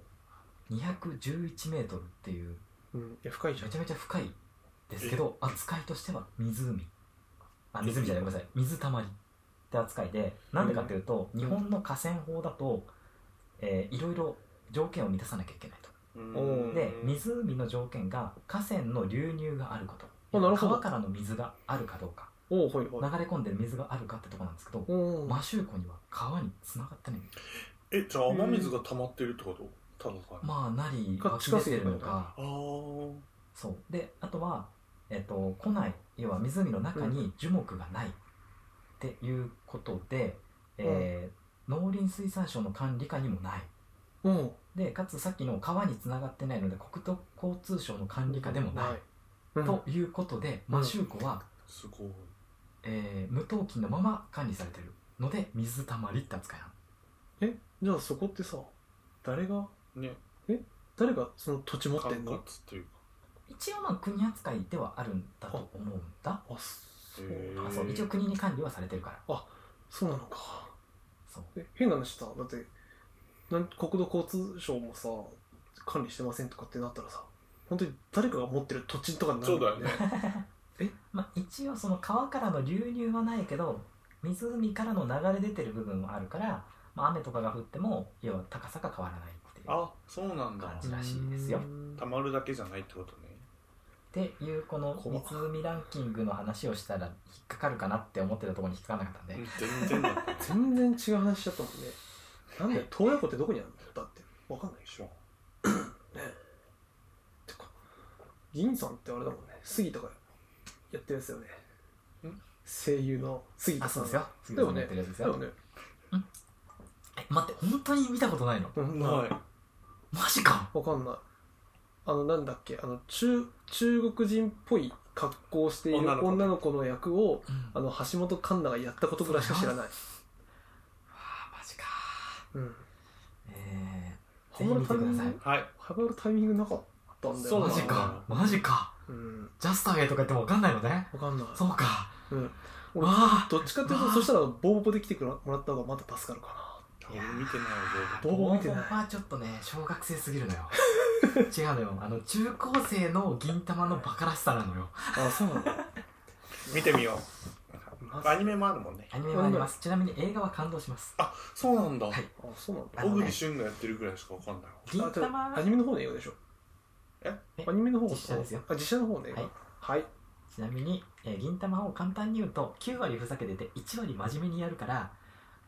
Speaker 3: 211メートルっていう
Speaker 1: うんいや深いじゃ
Speaker 3: め
Speaker 1: ん
Speaker 3: ちゃめちゃ深いですけど扱いとしては湖あ湖じゃないごめんなさい水たまりって扱いでなんでかっていうと、
Speaker 1: ん
Speaker 3: 日本の河川法だと、えーいろいろ条件を満たさなきゃいけないと
Speaker 2: うん
Speaker 3: で湖の条件が河川の流入があること
Speaker 1: あなるほど
Speaker 3: 川からの水があるかどうか
Speaker 1: おおはい
Speaker 3: 流
Speaker 1: はい
Speaker 3: れ込んでる水があるかってとこなんですけど、
Speaker 1: おお
Speaker 3: 摩周湖には川に繋がってない
Speaker 2: えじゃあ雨水が溜まってるってことただ単にあ
Speaker 3: まあなり
Speaker 1: か
Speaker 3: 湧き出てるの
Speaker 1: 地下水と
Speaker 3: か
Speaker 2: あー
Speaker 3: そうであとは、えっと庫内要は湖の中に樹木がないっていうことで、えー農林水産省の管理下にもない
Speaker 1: おお
Speaker 3: でかつさっきの川につながってないので国土交通省の管理下でもない、
Speaker 1: うん
Speaker 3: ということで摩周湖は、
Speaker 2: すごい
Speaker 3: えー無登記のまま管理されてるので水たまりって扱いなの
Speaker 1: えじゃあそこってさ誰が
Speaker 2: ね
Speaker 1: 誰がその土地持って
Speaker 2: 管
Speaker 1: んの
Speaker 2: 轄というか
Speaker 3: 一応まあ国扱いではあるんだと思うんだ
Speaker 1: あそう
Speaker 2: へー
Speaker 3: あそう一応国に管理はされてるから
Speaker 1: そうなのか
Speaker 3: そう
Speaker 1: え変な話さだってなん国土交通省もさ管理してませんとかってなったらさ本当に誰かが持ってる土地とかになる
Speaker 2: そうだよね
Speaker 3: まあ、一応その川からの流入はないけど湖からの流れ出てる部分はあるから、まあ、雨とかが降っても要は高さが変わらないっていう
Speaker 2: あそうなんだ
Speaker 3: 感じらしいですよ
Speaker 2: 溜まるだけじゃないってことね
Speaker 3: っていうこの
Speaker 1: 怖っ
Speaker 3: 湖ランキングの話をしたら引っかかるかなって思ってたところに引っかからなかったん
Speaker 2: う
Speaker 3: で、
Speaker 2: ん全然だったね
Speaker 1: 全然違う話だったもんねなんだよ洞爺湖ってどこにあるんだってわかんないでし
Speaker 2: 知らん
Speaker 1: ょねてか銀さんってあれだもんね杉とかやってるんですよね
Speaker 2: ん
Speaker 1: 声優の杉
Speaker 3: あ
Speaker 1: 田さ
Speaker 3: そうんですよ
Speaker 1: でも
Speaker 3: や
Speaker 1: ね
Speaker 3: ってるやつです
Speaker 1: だよ
Speaker 3: よ、
Speaker 1: ね
Speaker 3: え待って本当に見たことないの
Speaker 1: うんな
Speaker 2: はい
Speaker 3: マジか
Speaker 1: わかんない。あの、なんだっけ、あの、中、中国人っぽい格好をしている
Speaker 2: 女の子
Speaker 1: 女の子の役を、
Speaker 3: うん
Speaker 1: あの、橋本環奈がやったことぐらいしか知らない。
Speaker 3: あマジか
Speaker 1: うん。
Speaker 3: えー、
Speaker 1: ハ
Speaker 3: ぜ
Speaker 1: マ
Speaker 3: ひ
Speaker 1: るタ
Speaker 3: 見て
Speaker 1: イミン
Speaker 3: ください
Speaker 1: グ、
Speaker 2: はい
Speaker 1: ハマるタイミングなかったんだよ
Speaker 2: そ
Speaker 1: な
Speaker 2: うなん
Speaker 3: マ
Speaker 2: だ
Speaker 3: ジかマジか
Speaker 1: うん。
Speaker 3: ジャスターゲイとか言っても分かんないのね
Speaker 1: わかんない。
Speaker 3: そうか
Speaker 1: うん。
Speaker 3: わあ
Speaker 1: どっちかっていうと、そしたら、ボーボで来てくらもらった方がまだ助かるか
Speaker 2: 俺見てない
Speaker 1: な。
Speaker 2: ぞ
Speaker 1: ボーボ見てない。
Speaker 3: はちょっとね小学生すぎるのよ 違うのよあの中高生の銀魂のバカらしさなのよ
Speaker 1: あ、そうなんだ。
Speaker 2: 見てみよ
Speaker 1: マ
Speaker 2: うアニメもあるもんね
Speaker 3: アニメもありますちなみに映画は感動します
Speaker 2: そうなんだ
Speaker 3: はい
Speaker 1: あ、そうなんだ。
Speaker 3: あ
Speaker 2: 小
Speaker 3: のね
Speaker 2: 栗旬がやってるぐらいしかわかんないわ
Speaker 3: 銀
Speaker 1: あちょ
Speaker 3: 魂
Speaker 1: アニメの方の映画でしょ。
Speaker 2: え
Speaker 1: アニメの方
Speaker 3: 実写ですよ
Speaker 1: あ、実写の方の映画。はい。
Speaker 3: ちなみに、えー銀魂を簡単に言うと9割ふざけてて1割真面目にやるから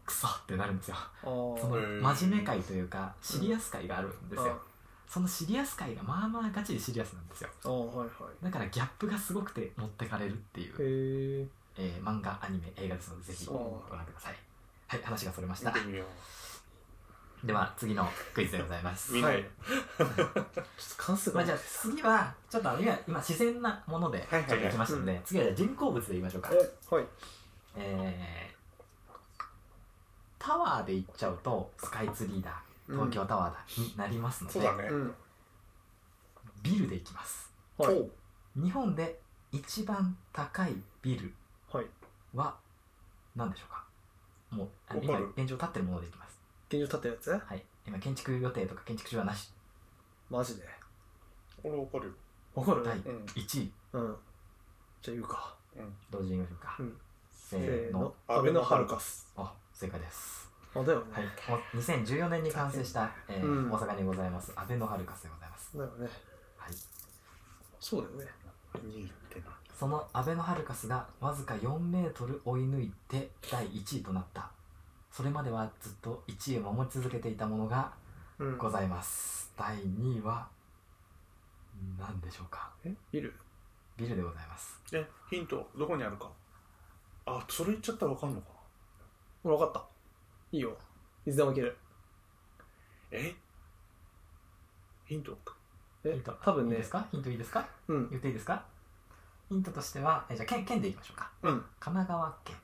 Speaker 3: クソってなるんですよ
Speaker 1: あー
Speaker 3: その真面目回というかシリアス回があるんですよ
Speaker 1: あ
Speaker 3: そのシリアス回がまあまあガチでシリアスなんですよ
Speaker 1: あー、はいはい。
Speaker 3: だからギャップがすごくて持ってかれるってい
Speaker 1: へ
Speaker 3: う、
Speaker 1: え。
Speaker 3: えー漫画アニメ映画ですのでぜひ
Speaker 1: そう
Speaker 3: ご覧くださいはい話がそれまし
Speaker 2: 見
Speaker 3: た
Speaker 2: てみよ
Speaker 3: では次のクイズでございます
Speaker 2: う見ない
Speaker 1: はいちょっと関数
Speaker 3: ま
Speaker 1: が
Speaker 3: あ、じゃあ次はちょっとあの今今自然なものでちょ
Speaker 2: はいはいは
Speaker 3: っ
Speaker 2: い
Speaker 3: といきましたので、次はじゃあ人工物で言いましょうか、
Speaker 1: はい。
Speaker 3: えータワーで行っちゃうとスカイツリーだ東京タワーだ、になりますので
Speaker 2: そうだね
Speaker 1: うん。うん。
Speaker 3: ビルで行きます
Speaker 1: はい。
Speaker 3: 日本で一番高いビル
Speaker 1: はい。
Speaker 3: は何でしょうかもうあ
Speaker 2: わか
Speaker 3: 今
Speaker 2: る
Speaker 3: 現状立ってるものでいきます
Speaker 1: 現状立ってるやつ
Speaker 3: はい今建築予定とか建築中はなし
Speaker 1: マジで。
Speaker 2: 俺わかるよ
Speaker 1: わかる、
Speaker 3: 第
Speaker 2: うん
Speaker 3: 1位
Speaker 1: うん。じゃあ言うか。
Speaker 2: うん
Speaker 3: 同時に言いましょうか、
Speaker 1: うん
Speaker 3: せ
Speaker 1: せ
Speaker 3: ー
Speaker 1: ー
Speaker 3: の
Speaker 1: の。アベノハルカス。
Speaker 3: あ正解です、
Speaker 1: あ、だよね。
Speaker 3: はい、もう2014年に完成した、えー
Speaker 1: うん
Speaker 3: 大阪にございます安倍のハルカスでございます、
Speaker 1: だよね。
Speaker 3: はい、
Speaker 1: そうだよね。
Speaker 2: 2位ってな
Speaker 3: その安倍のハルカスがわずか4メートル追い抜いて第1位となったそれまではずっと1位を守り続けていたものが
Speaker 1: うん。
Speaker 3: ございます、第2位は何でしょうか
Speaker 1: えビル
Speaker 3: ビルでございます
Speaker 2: えヒントどこにあるかあそれ言っちゃったら分かんのかな
Speaker 1: 俺分かった。いいよ。いつでもいける。
Speaker 2: えヒント
Speaker 3: ヒ
Speaker 1: え
Speaker 3: ント、
Speaker 1: 多分
Speaker 3: いい
Speaker 1: ね
Speaker 3: です。かヒントいいですか
Speaker 1: うん。
Speaker 3: 言っていいですかヒントとしてはえじゃあ県県でいきましょうか
Speaker 1: うん。
Speaker 3: 神奈川県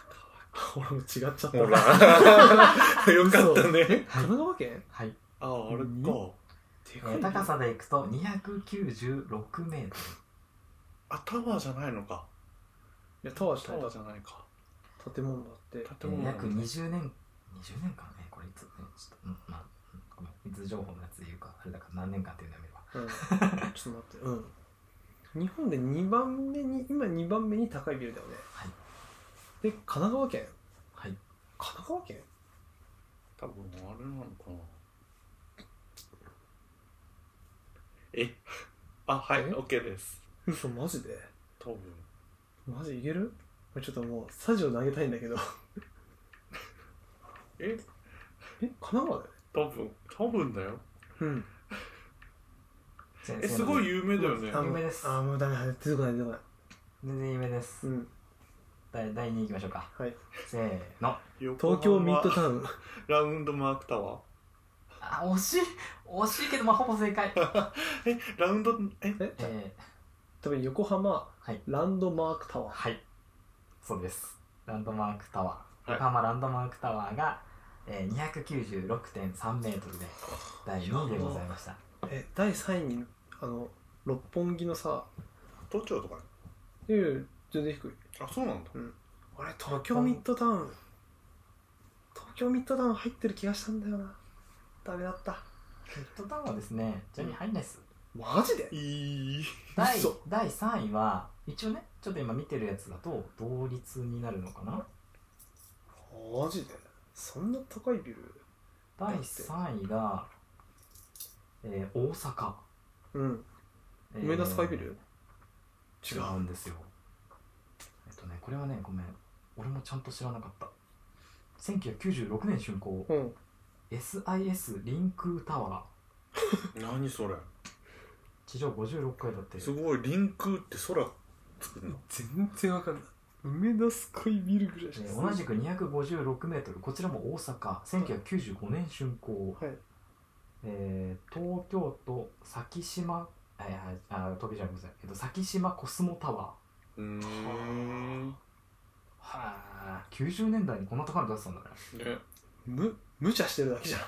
Speaker 1: 俺も違っちゃった。
Speaker 2: ほら よか
Speaker 1: 嘘
Speaker 2: った
Speaker 1: え
Speaker 2: ね
Speaker 1: 神奈川県
Speaker 3: はい、
Speaker 2: あああれ
Speaker 1: うん
Speaker 2: か
Speaker 1: で
Speaker 3: えー高さでいくと296メート
Speaker 2: あタワーじゃないのか
Speaker 1: いや、タワーじ
Speaker 2: タ
Speaker 1: ゃな
Speaker 2: ワー
Speaker 1: い
Speaker 2: じゃないか
Speaker 1: 建物だって。
Speaker 2: 建
Speaker 3: ル、えー
Speaker 2: 物
Speaker 3: 約
Speaker 2: なんだ
Speaker 3: 20年20年間ねこれいつ、ねちょっとうんまあうんごめんいつ情報のやつで言うかあれだから何年間っていうのやめれば
Speaker 1: うん。ちょ っと待って。うん。日本で2番目に、今2番目に高いビルだよね。
Speaker 3: はい
Speaker 1: で、神奈川県
Speaker 3: はい
Speaker 1: 神奈川県
Speaker 2: 多分あれなのかなえ あはい
Speaker 1: え
Speaker 2: OK です
Speaker 1: 嘘、マジで
Speaker 2: 多分
Speaker 1: マジいけるちょっともう、スタジオ投げたいん だけど。え、
Speaker 2: え
Speaker 1: 神奈川だよね
Speaker 2: 多分多分だよ
Speaker 1: うん。
Speaker 2: えすごい有名だよね
Speaker 1: あ
Speaker 3: 有名です
Speaker 1: あ、もうダメだ。出てこない、出てこない。
Speaker 3: 全然有名です、
Speaker 1: うん。
Speaker 3: 第第2位いきましょうか
Speaker 1: はい。
Speaker 3: せーの
Speaker 1: 東京ミッド
Speaker 2: ウン
Speaker 1: タウン。
Speaker 2: ラウンドマークタワ
Speaker 3: あ惜しい惜しいけどまあほぼ 正解
Speaker 2: ーえラウンドえ
Speaker 1: えじゃあ
Speaker 3: えー、
Speaker 1: 多分横浜
Speaker 3: はい
Speaker 1: ランドマークタワー。
Speaker 3: はいそうですランドマークタワー、
Speaker 2: い
Speaker 3: 横浜ランドマークタワーが、えー、296.3メートルで第2位でございました
Speaker 1: え、第3位に、あの、六本木のさ、
Speaker 2: 都庁とか
Speaker 1: いやいや全然低い。
Speaker 2: あそうなんだ
Speaker 1: あれ、東京ミッドタウン。東京ミッドタウン入ってる気がしたんだよな。ダメだった。
Speaker 3: ミッドタウンはですねちなみに入んないです
Speaker 1: マジで
Speaker 2: いい
Speaker 3: 第
Speaker 1: 嘘
Speaker 3: 第3位は一応ねちょっと今見てるやつだと同率になるのかな
Speaker 1: マジでそんな高いビル
Speaker 3: 第3位が、えー、大阪、
Speaker 1: うん。
Speaker 3: え
Speaker 1: 梅田スカイビル
Speaker 3: 違うんですよえっとねこれはねごめん俺もちゃんと知らなかった1996年竣工
Speaker 1: うん。
Speaker 3: SIS リンクタワー
Speaker 2: 何それ
Speaker 3: 地上56階だって
Speaker 2: すごい臨空って空つくんだ
Speaker 1: 全然わかんない。梅田スカイビルぐらいし
Speaker 3: え
Speaker 1: か
Speaker 3: ー同じく256メートルこちらも大阪1995年竣工、
Speaker 1: はい。
Speaker 3: えー東京都先島あいやあ東京じゃごめんなさい、えっと、先島コスモタワー
Speaker 2: うーん
Speaker 3: はあ90年代にこんな高いの出してたんだね、
Speaker 2: ね
Speaker 1: む、無茶してるだけじゃん。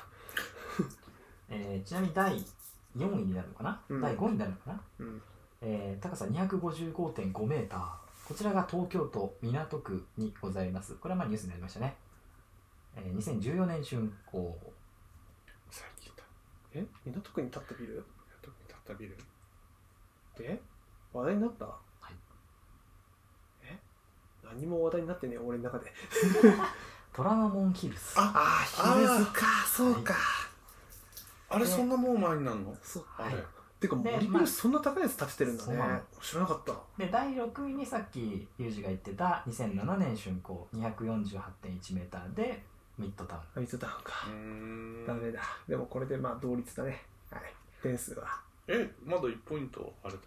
Speaker 3: えーちなみに第4位になるのかな、
Speaker 1: うん
Speaker 3: 第5位になるのかな、
Speaker 1: うん
Speaker 3: えー高さ255.5メーターこちらが東京都港区にございますこれはまあニュースになりましたね、えー2014年竣工
Speaker 2: 最近だ
Speaker 1: え港区に建ったビル
Speaker 2: 特に立ったビル
Speaker 1: で話題になったはいえ何も話題になってねえ俺の中で
Speaker 3: 虎ノ門ヒルズ
Speaker 2: あ
Speaker 1: あ
Speaker 2: あー
Speaker 1: かそ
Speaker 2: あれそんなもう前になるの
Speaker 1: そうか
Speaker 2: あれ
Speaker 1: てか
Speaker 3: で
Speaker 1: 森ビ
Speaker 3: まあ
Speaker 1: ルそんな高いやつ建ててるんだ
Speaker 3: そう
Speaker 1: ね
Speaker 3: なの
Speaker 1: 知らなかった
Speaker 3: で第6位にさっきユージが言ってた2007年竣工248.1メーターでミッドタウン
Speaker 1: あいつダウンか
Speaker 2: うーん
Speaker 1: ダメだでもこれでまあ同率だねはい点数は
Speaker 2: えまだ1ポイントあれだよ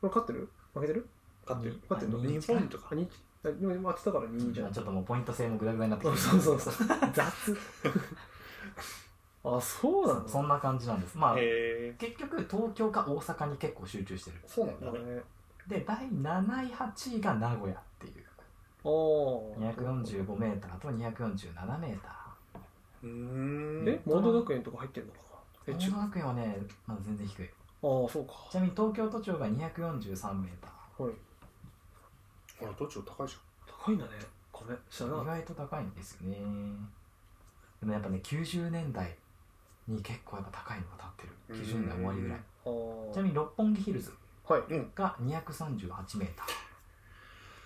Speaker 1: これ勝ってる負けてる
Speaker 2: 勝ってる
Speaker 1: 勝ってるの
Speaker 3: 二
Speaker 2: 2ポイント
Speaker 1: あ
Speaker 2: か
Speaker 1: にあでも当てたから2じゃ
Speaker 3: まあ
Speaker 1: ん
Speaker 3: ちょっともうポイント制もグダグダになってき
Speaker 1: そう
Speaker 3: て
Speaker 1: そうそうそう雑あそうな
Speaker 3: そ
Speaker 1: の
Speaker 3: そんな感じなんですまあ
Speaker 2: へえ
Speaker 3: 結局東京か大阪に結構集中してる
Speaker 2: そうなん
Speaker 1: だね
Speaker 3: で第7位8位が名古屋っていう
Speaker 1: おお
Speaker 3: 245メーターと247メーター
Speaker 2: うーん
Speaker 1: えモード学園とか入ってるのかなえ
Speaker 3: 大
Speaker 1: ちゅあ
Speaker 3: 阪学園はね、まあ、全然低い
Speaker 1: あーそうか
Speaker 3: ちなみに東京都庁が243メータ
Speaker 1: はい
Speaker 2: ほらどっちも高いじ
Speaker 1: 高いんだねごめん知らな
Speaker 3: ー
Speaker 1: か
Speaker 3: 意
Speaker 1: っ
Speaker 3: 外と高いんですよねでもやっぱね90年代に結構やっぱ高いのが立ってる90年代終わりぐらい
Speaker 1: たあー
Speaker 3: ちなみに六本木ヒルズ
Speaker 1: はい
Speaker 3: が238メーター。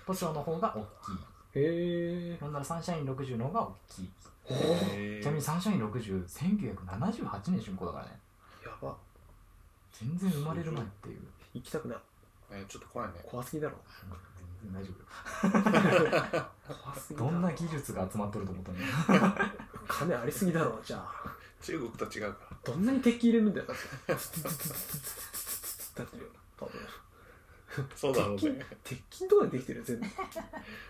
Speaker 3: 都庁の方が大きい。
Speaker 1: へえ
Speaker 3: ほんならサンシャイン60の方が大きい。
Speaker 1: おー
Speaker 2: え
Speaker 3: ちなみにサンシャイン60、1978年竣工だからね。
Speaker 1: やば
Speaker 3: 全然生まれる前っていう。
Speaker 1: 行きたくない
Speaker 2: ーちょっと怖いね
Speaker 1: 怖すぎだろ
Speaker 3: 全然大丈夫よ。
Speaker 1: 怖すぎだ
Speaker 3: ど
Speaker 1: ろ
Speaker 3: んな技術が集まっとると思ったの
Speaker 1: 金ありすぎだろじゃあ
Speaker 2: 中国と違うか
Speaker 1: どんなに敵入れるんだよだってツツツツツツツツツツってなってるよ多分
Speaker 2: らそうだろう
Speaker 1: 鉄
Speaker 2: ね
Speaker 1: 筋鉄筋とかでできてるよ全部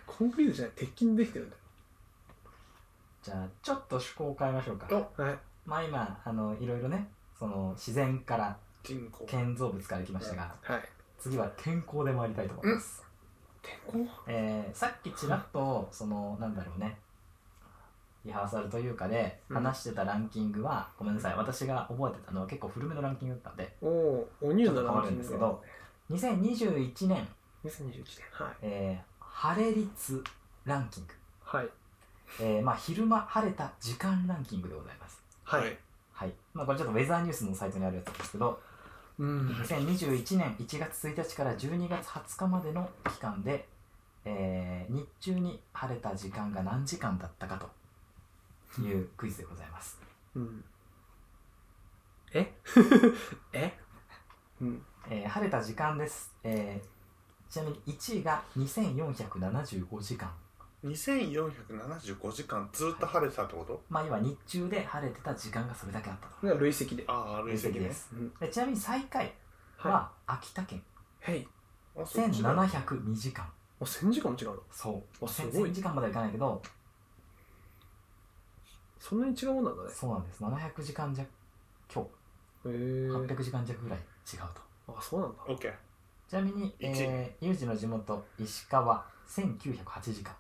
Speaker 1: コンクリートじゃない鉄筋でできてるんだよ
Speaker 3: じゃあ、ちょっと趣向を変えましょうか。
Speaker 2: お
Speaker 1: はい
Speaker 3: まあ今、あの、いろいろね、その、自然から、
Speaker 2: 人口
Speaker 3: 建造物から行きましたが、
Speaker 1: はい
Speaker 3: 次は天候で参りたいと思います。
Speaker 1: 天候
Speaker 3: えーさっきちらっとそのなんだろうねリハーサルというかで
Speaker 1: うん
Speaker 3: 話してたランキングは、ごめんなさい私が覚えてたのは結構古めのランキングだったんで
Speaker 1: おおーおニューなランキング
Speaker 3: ちょっと変わ2021年、
Speaker 1: 2021年はい
Speaker 3: えー晴れ率ランキング、
Speaker 1: はい
Speaker 3: えーまあ、昼間晴れた時間ランキングでございます
Speaker 1: はい、
Speaker 3: はい、まあ、これちょっとウェザーニュースのサイトにあるやつなんですけど
Speaker 1: うん
Speaker 3: 2021年1月1日から12月20日までの期間で、えー日中に晴れた時間が何時間だったかというクイズでございます。
Speaker 1: うんええうん
Speaker 3: えー晴れた時間です、えーちなみに1位が2475時間、
Speaker 2: 2475時間ずっと晴れてたってこと
Speaker 3: まあ、要は日中で晴れてた時間がそれだけあったと
Speaker 1: これは累積で
Speaker 2: ああ累積
Speaker 3: い
Speaker 2: ね
Speaker 3: うことです。
Speaker 1: うん
Speaker 3: でちなみに最下位
Speaker 1: は
Speaker 3: は秋田県、
Speaker 1: いはい
Speaker 2: あそっちだ
Speaker 3: 1702時間。
Speaker 1: あ1000時間も違うの
Speaker 3: そう、
Speaker 1: あす
Speaker 3: 1000
Speaker 1: ごい
Speaker 3: 時間まではいかないけど、
Speaker 1: そんなに違うもんなんだね
Speaker 3: そうなんです、700時間弱今日。
Speaker 1: へえ
Speaker 3: 800時間弱ぐらい違うと
Speaker 1: あそうなんだ
Speaker 2: OK
Speaker 3: ちなみに、
Speaker 2: 一位
Speaker 3: えー、ユージの地元石川1908時間、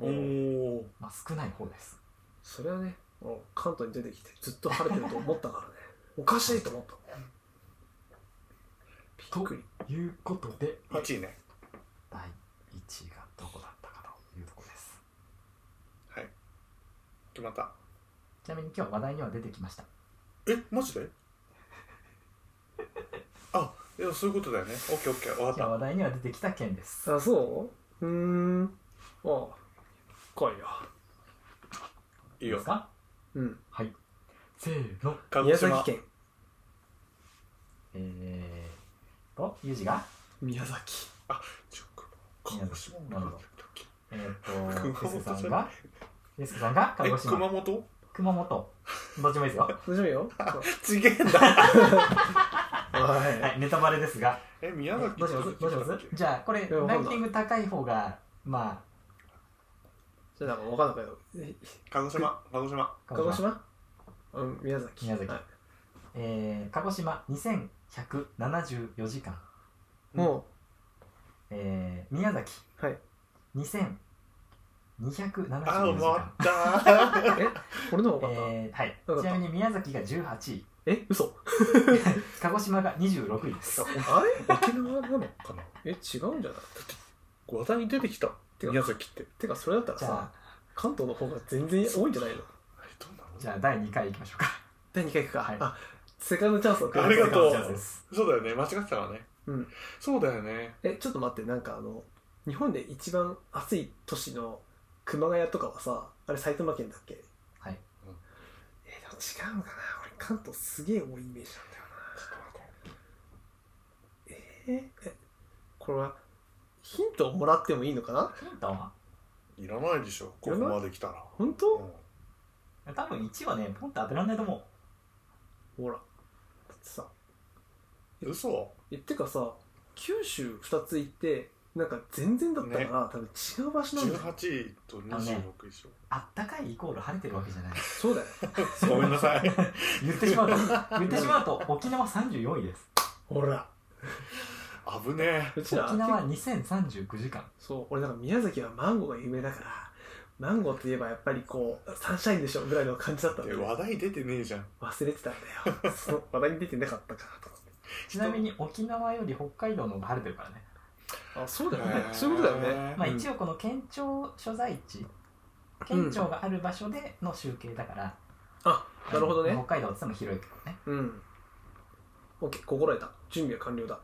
Speaker 2: おお
Speaker 3: まあ、少ない方です
Speaker 1: それはねもう関東に出てきてずっと晴れてると思った からねおかしいと思ったびっくり
Speaker 3: ということで
Speaker 1: はい
Speaker 2: 1位ね
Speaker 3: 第1位がどこだったかというところです
Speaker 2: はい決まった
Speaker 3: ちなみに今日話題には出てきました
Speaker 2: えマジであいやそういうことだよね OKOK 分かっ
Speaker 3: 今日
Speaker 2: た
Speaker 3: 話題には出てきた県です
Speaker 1: あそううーんああ来いよ
Speaker 2: いい
Speaker 3: で
Speaker 2: よ
Speaker 3: すか
Speaker 1: うん
Speaker 3: はいせーの
Speaker 2: 鹿児
Speaker 1: 宮
Speaker 2: 島
Speaker 1: 崎県
Speaker 3: えー、とユージが
Speaker 1: 宮崎
Speaker 2: 鹿児島
Speaker 3: なるほどえー、と
Speaker 2: 熊
Speaker 3: ユ
Speaker 2: 本
Speaker 3: ースケさんがユースケさんが鹿
Speaker 2: え
Speaker 3: 児
Speaker 2: 熊
Speaker 3: 島
Speaker 2: 本
Speaker 3: 熊本どっちもいいですよ
Speaker 1: 大丈夫 よ
Speaker 2: 違えんだ
Speaker 1: はい
Speaker 3: はいネタバレですが
Speaker 2: え宮崎
Speaker 3: どうしますどうしますじゃあこれ
Speaker 1: やわか
Speaker 3: ラ
Speaker 1: んない
Speaker 3: ンキング高い方がま
Speaker 1: じゃあなんか分かんないけどえ
Speaker 2: 鹿児島鹿児島
Speaker 3: あ
Speaker 1: 鹿児島うん宮崎
Speaker 3: 宮崎
Speaker 1: はい
Speaker 3: えー鹿児島2174時間、
Speaker 1: も
Speaker 3: えー宮崎
Speaker 1: うはい
Speaker 2: あ
Speaker 3: 2274
Speaker 2: ー
Speaker 3: 時
Speaker 2: 終
Speaker 3: 間
Speaker 2: わった
Speaker 1: 俺の方が分かった
Speaker 3: えーはい
Speaker 1: わかっ
Speaker 3: ち
Speaker 1: た
Speaker 3: なみに宮崎が18位
Speaker 1: え嘘
Speaker 3: 鹿児島が26位です
Speaker 1: あれ沖縄なの
Speaker 2: かな
Speaker 1: え違うんじゃない
Speaker 2: 話題に出てきた
Speaker 1: てか
Speaker 2: 宮崎って
Speaker 1: てかそれだったら
Speaker 3: じゃあ
Speaker 1: さ関東の方が全然多いんじゃないの
Speaker 2: あれどうなの
Speaker 3: じゃあ第2回いきましょうか
Speaker 1: 第2回行くか、
Speaker 3: はい
Speaker 1: あセカンドチャンスをくれ
Speaker 2: ありがとう
Speaker 3: セカンドチャンスです
Speaker 2: そうだよね間違ってたからね
Speaker 1: うん
Speaker 2: そうだよね
Speaker 1: えちょっと待ってなんかあの日本で一番暑い都市の熊谷とかはさあれ埼玉県だっけ
Speaker 3: はい
Speaker 1: えでも違うのかな俺関東すげえ多いイメージなんだよなえーえこれはヒントをもらってもいいのかな
Speaker 3: ヒントはい
Speaker 2: らないでしょここまで来たら
Speaker 1: 本当
Speaker 2: う
Speaker 3: 多分1はねポンって当てられないと思う
Speaker 1: ほらだってさ
Speaker 2: ん嘘
Speaker 1: えってかさ九州2つ行ってなんか全然だったから、
Speaker 2: ね
Speaker 1: 多分違う場所なんだよ
Speaker 2: 18位と26位でしょ
Speaker 3: あったかいイコール晴れてるわけじゃない
Speaker 1: そうだよ
Speaker 2: ごめんなさい
Speaker 3: 言ってしま うと言ってしまうと沖縄34位です
Speaker 1: ほら
Speaker 2: 危ね
Speaker 1: うちら
Speaker 3: 沖縄2039時間
Speaker 1: そう俺なんか宮崎はマンゴーが有名だからマンゴーといえばやっぱりこうサンシャインでしょぐらいの感じだった
Speaker 2: え
Speaker 1: ん
Speaker 2: で
Speaker 1: で
Speaker 2: 話題出てねえじゃん
Speaker 1: 忘れてたんだよ その話題に出てなかったからと思って
Speaker 3: ちなみに沖縄より北海道の方が晴れてるからね、
Speaker 1: あそうだよ
Speaker 2: へ
Speaker 1: ね
Speaker 2: ー
Speaker 1: そういうことだよね
Speaker 3: まあ、
Speaker 1: うん
Speaker 3: 一応この県庁所在地県庁がある場所での集計だから、
Speaker 1: あなるほどね
Speaker 3: 北海道って言っても広いけどね
Speaker 1: うん OK 心得た準備は完了だ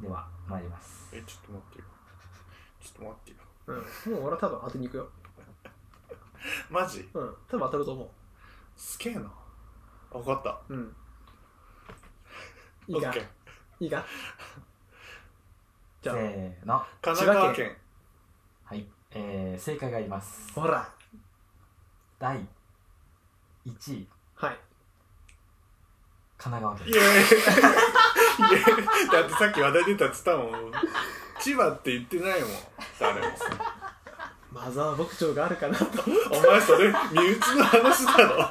Speaker 3: では参ります
Speaker 2: えちょっと待ってよちょっと待ってよ
Speaker 1: うん、もう俺は多分当てに行くよ。
Speaker 2: マジ
Speaker 1: うん、多分当たると思
Speaker 2: すげえなあ分かった
Speaker 1: う。うん。い
Speaker 2: オ
Speaker 1: い
Speaker 2: ッ
Speaker 1: か
Speaker 2: ケー。
Speaker 1: いいか。じ
Speaker 3: せ
Speaker 1: ゃ
Speaker 3: ーの
Speaker 2: 神奈
Speaker 1: 千
Speaker 2: 川県
Speaker 3: はい、えー、正解がいます
Speaker 1: あ、ほら。
Speaker 3: 第1位
Speaker 1: はい。
Speaker 3: 神奈川県
Speaker 2: いやいやだってさっき話題出たっつったもん千葉って言ってないもん誰も
Speaker 1: マザー牧場があるかなと。
Speaker 2: お前それ身内の話だろ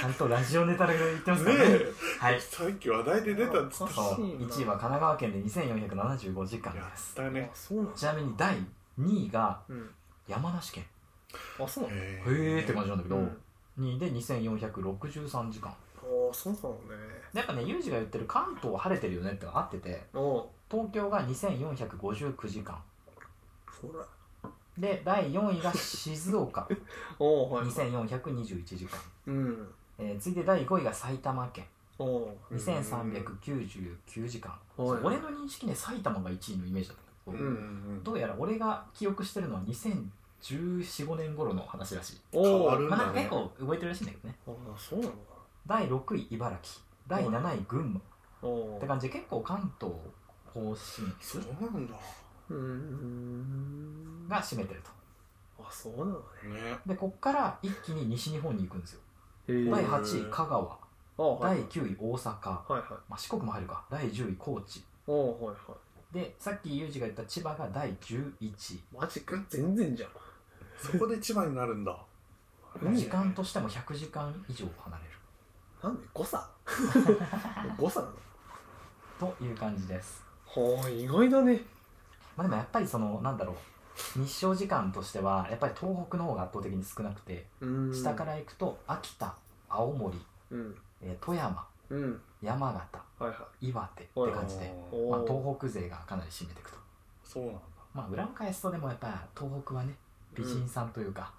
Speaker 3: ちゃんとラジオネタで言ってますか
Speaker 2: ね
Speaker 3: らね
Speaker 2: え
Speaker 3: はい
Speaker 2: さっき話題で出たっつっ
Speaker 3: そう
Speaker 2: た
Speaker 1: おかしいな
Speaker 3: 1位は神奈川県で2475時間
Speaker 2: や
Speaker 3: で
Speaker 2: っ
Speaker 3: す
Speaker 2: たね
Speaker 1: あ、そうなん
Speaker 3: ちなみに第2位が
Speaker 1: うん。
Speaker 3: 山梨県
Speaker 1: あ、そうなんだ。
Speaker 2: へ
Speaker 3: へーって感じなんだけど、
Speaker 1: うん
Speaker 3: 2位で2463時
Speaker 1: あ
Speaker 3: 間
Speaker 1: あ、そうなのね。
Speaker 3: やっぱねユージが言ってる関東は晴れてるよねってのが合ってて
Speaker 1: おう
Speaker 3: 東京が2459時間
Speaker 1: ほら。
Speaker 3: で第4位が静岡
Speaker 1: おうはい。
Speaker 3: 2421時間、
Speaker 1: うん。
Speaker 3: えー、次いで第5位が埼玉県
Speaker 1: おう
Speaker 3: 2399時間
Speaker 1: うん
Speaker 3: そう俺の認識ね埼玉が1位のイメージだったんだけ
Speaker 2: う
Speaker 3: ど、
Speaker 2: ん
Speaker 3: どうやら俺が記憶してるのは201415年頃の話らしい、
Speaker 1: お
Speaker 2: 変わる
Speaker 3: ま
Speaker 2: そうだ
Speaker 3: あ、なんか
Speaker 2: ね
Speaker 3: 結構動いてるらしいんだけどね
Speaker 1: ああ、そうなのか。
Speaker 3: 第6位茨城第7位群馬
Speaker 1: おう
Speaker 3: って感じで結構関東甲信
Speaker 2: そ
Speaker 3: 越
Speaker 2: うなんだ
Speaker 1: うーん。
Speaker 3: が占めてると
Speaker 1: あ、そうなのね。
Speaker 2: ね
Speaker 3: でこっから一気に西日本に行くんですよ
Speaker 1: へー
Speaker 3: 第8位香川
Speaker 1: あ、はい。
Speaker 3: 第9位大阪、ま
Speaker 1: はいはい。
Speaker 3: あ、四国も入るか第10位高知
Speaker 1: おうはいは
Speaker 3: でさっきユージが言った千葉が第11位
Speaker 1: い。マジか。全然じゃん。
Speaker 2: そこで千葉になるんだ
Speaker 1: うん
Speaker 3: 時間としても100時間以上離れる
Speaker 1: なんで誤差誤差なの
Speaker 3: という感じです、
Speaker 1: はあ、意外だね。
Speaker 3: まあ、でもやっぱりそのなんだろう日照時間としてはやっぱり東北の方が圧倒的に少なくて
Speaker 1: うん
Speaker 3: 下から行くと秋田青森、
Speaker 1: うん。
Speaker 3: えー富山
Speaker 1: うん。
Speaker 3: 山形
Speaker 1: はいは
Speaker 3: 岩手って感じで、
Speaker 1: い。
Speaker 2: おー
Speaker 1: お
Speaker 3: まあ、
Speaker 1: ー
Speaker 3: 東北勢がかなり占めていくと
Speaker 2: そうなんだ
Speaker 3: まあ裏を返すとでもやっぱ東北はね美人さんというか、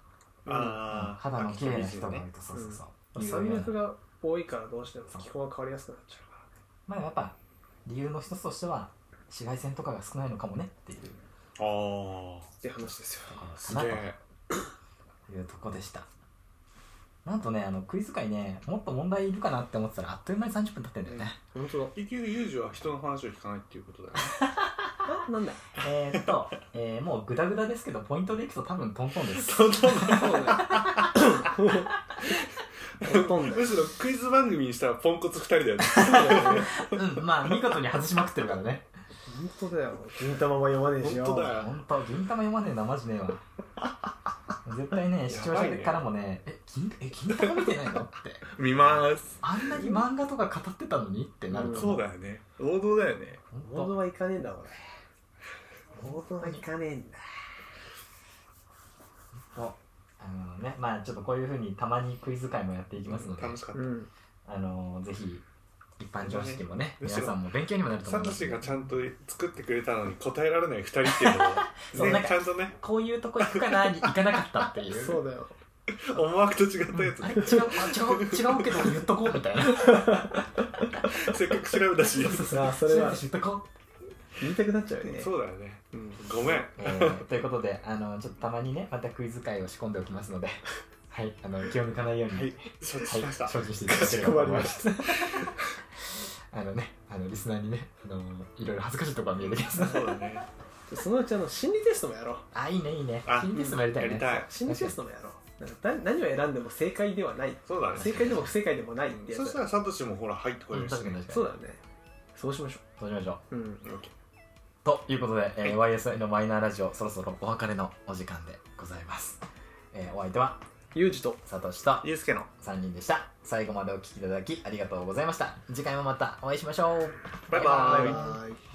Speaker 2: ああ
Speaker 3: 肌の綺麗な人がいる
Speaker 2: ね
Speaker 3: とそうそうそう、
Speaker 1: まあ
Speaker 3: 有
Speaker 1: 山
Speaker 3: 名な
Speaker 1: 脈が多いからどうしても気候が変わりやすくなっちゃうからね。
Speaker 3: まあやっぱ理由の一つとしては紫外線とかが少ないのかもねっていう
Speaker 2: あ
Speaker 1: って話ですよ。
Speaker 3: とこ
Speaker 2: あ
Speaker 3: ろ
Speaker 2: す
Speaker 3: かな
Speaker 2: げ
Speaker 3: と
Speaker 2: え
Speaker 3: いうとこでしたなんとねあのクイズ界ねもっと問題いるかなって思ってたらあっという間に30分経ってんだよね、
Speaker 1: 本当
Speaker 2: 結局ユージは人の話を聞かないっていうことだよ ね
Speaker 1: だ。なんだ
Speaker 3: えーっと、えーもうグダグダですけどポイントでいくと多分トントン です
Speaker 2: そんな
Speaker 1: そうだよ。ほとんど。
Speaker 2: むしろクイズ番組にしたらポンコツ2人だよね
Speaker 3: うんまあ見事に外しまくってるからね
Speaker 1: 本当だよ。銀玉も読まねえしよ。
Speaker 2: 本当だよ
Speaker 3: 本当銀玉読まねえなマジねえわ絶対ね視聴者からもねえ銀え銀玉見てないのって
Speaker 2: 見ます
Speaker 3: あんなに漫画とか語ってたのにってなる
Speaker 1: うん
Speaker 2: そうだよね王道だよね
Speaker 1: 王道
Speaker 3: 本
Speaker 1: はいかねえんだ、俺。王道はいかねえんだ。
Speaker 3: 当あのねまあちょっとこういうふうにたまにクイズ会もやっていきますので、
Speaker 2: 楽しかっ
Speaker 1: うん。
Speaker 3: あのぜひ一般常識もね
Speaker 2: むし
Speaker 3: 皆
Speaker 2: ろ
Speaker 3: さんも勉強にもなる
Speaker 2: た
Speaker 3: と思
Speaker 2: サト
Speaker 3: います
Speaker 2: シ
Speaker 3: んで
Speaker 2: がちゃんと作ってくれたのに答えられない2人っていうのを
Speaker 3: そうなん
Speaker 2: ね
Speaker 3: か
Speaker 2: ちゃんとね
Speaker 3: こういうとこ行くかなに行かなかったっていう
Speaker 1: そうだよ。
Speaker 2: 思惑と違ったやつ
Speaker 3: あれ違うあ違う違うけど言っとこうみたいな
Speaker 2: せっかく調べたし
Speaker 1: あそれは
Speaker 3: 知っとこう
Speaker 1: 言いたくなっちゃうよね。
Speaker 2: そうだよね
Speaker 1: うん。
Speaker 2: ごめん
Speaker 3: え ーということであのちょっとたまにねまたクイズ会を仕込んでおきま すので、はい、あの気を抜かないように、
Speaker 2: はい承知
Speaker 3: は
Speaker 2: し
Speaker 3: い
Speaker 2: ました
Speaker 3: 精進していただければと思います。あのね、あのリスナーにね、あのいろいろ恥ずかしいところが見えてきます。
Speaker 2: そうだね
Speaker 1: そのうちあの心理テストもやろう。
Speaker 3: あ、いいねいいね
Speaker 2: あ。
Speaker 3: 心理テストもやりたい
Speaker 2: や
Speaker 3: ね。
Speaker 2: りたい
Speaker 1: 心理テストもやろう。なんかだ何を選んでも正解ではない。
Speaker 2: そうだ
Speaker 1: 正
Speaker 2: ね
Speaker 1: 解でも不正解でもないってや
Speaker 2: そ
Speaker 1: つ
Speaker 2: したらサトシもほら入ってこ
Speaker 3: う
Speaker 2: れ
Speaker 3: ん
Speaker 2: るし
Speaker 3: 確かに
Speaker 2: ね
Speaker 3: 確かに。
Speaker 1: そうだよね。そうしましょ
Speaker 3: そうしましょう。
Speaker 1: う。うん。
Speaker 2: オッケ
Speaker 3: ということで、えー YSI のマイナーラジオ、そろそろお別れのお時間でございます。えーお相手は、
Speaker 1: ユージと
Speaker 3: サトシと
Speaker 2: ーユースケの
Speaker 3: 3人でした。最後までお聞きいただきありがとうございました。次回もまたお会いしましょう。
Speaker 2: バイバーイ
Speaker 1: バイバイ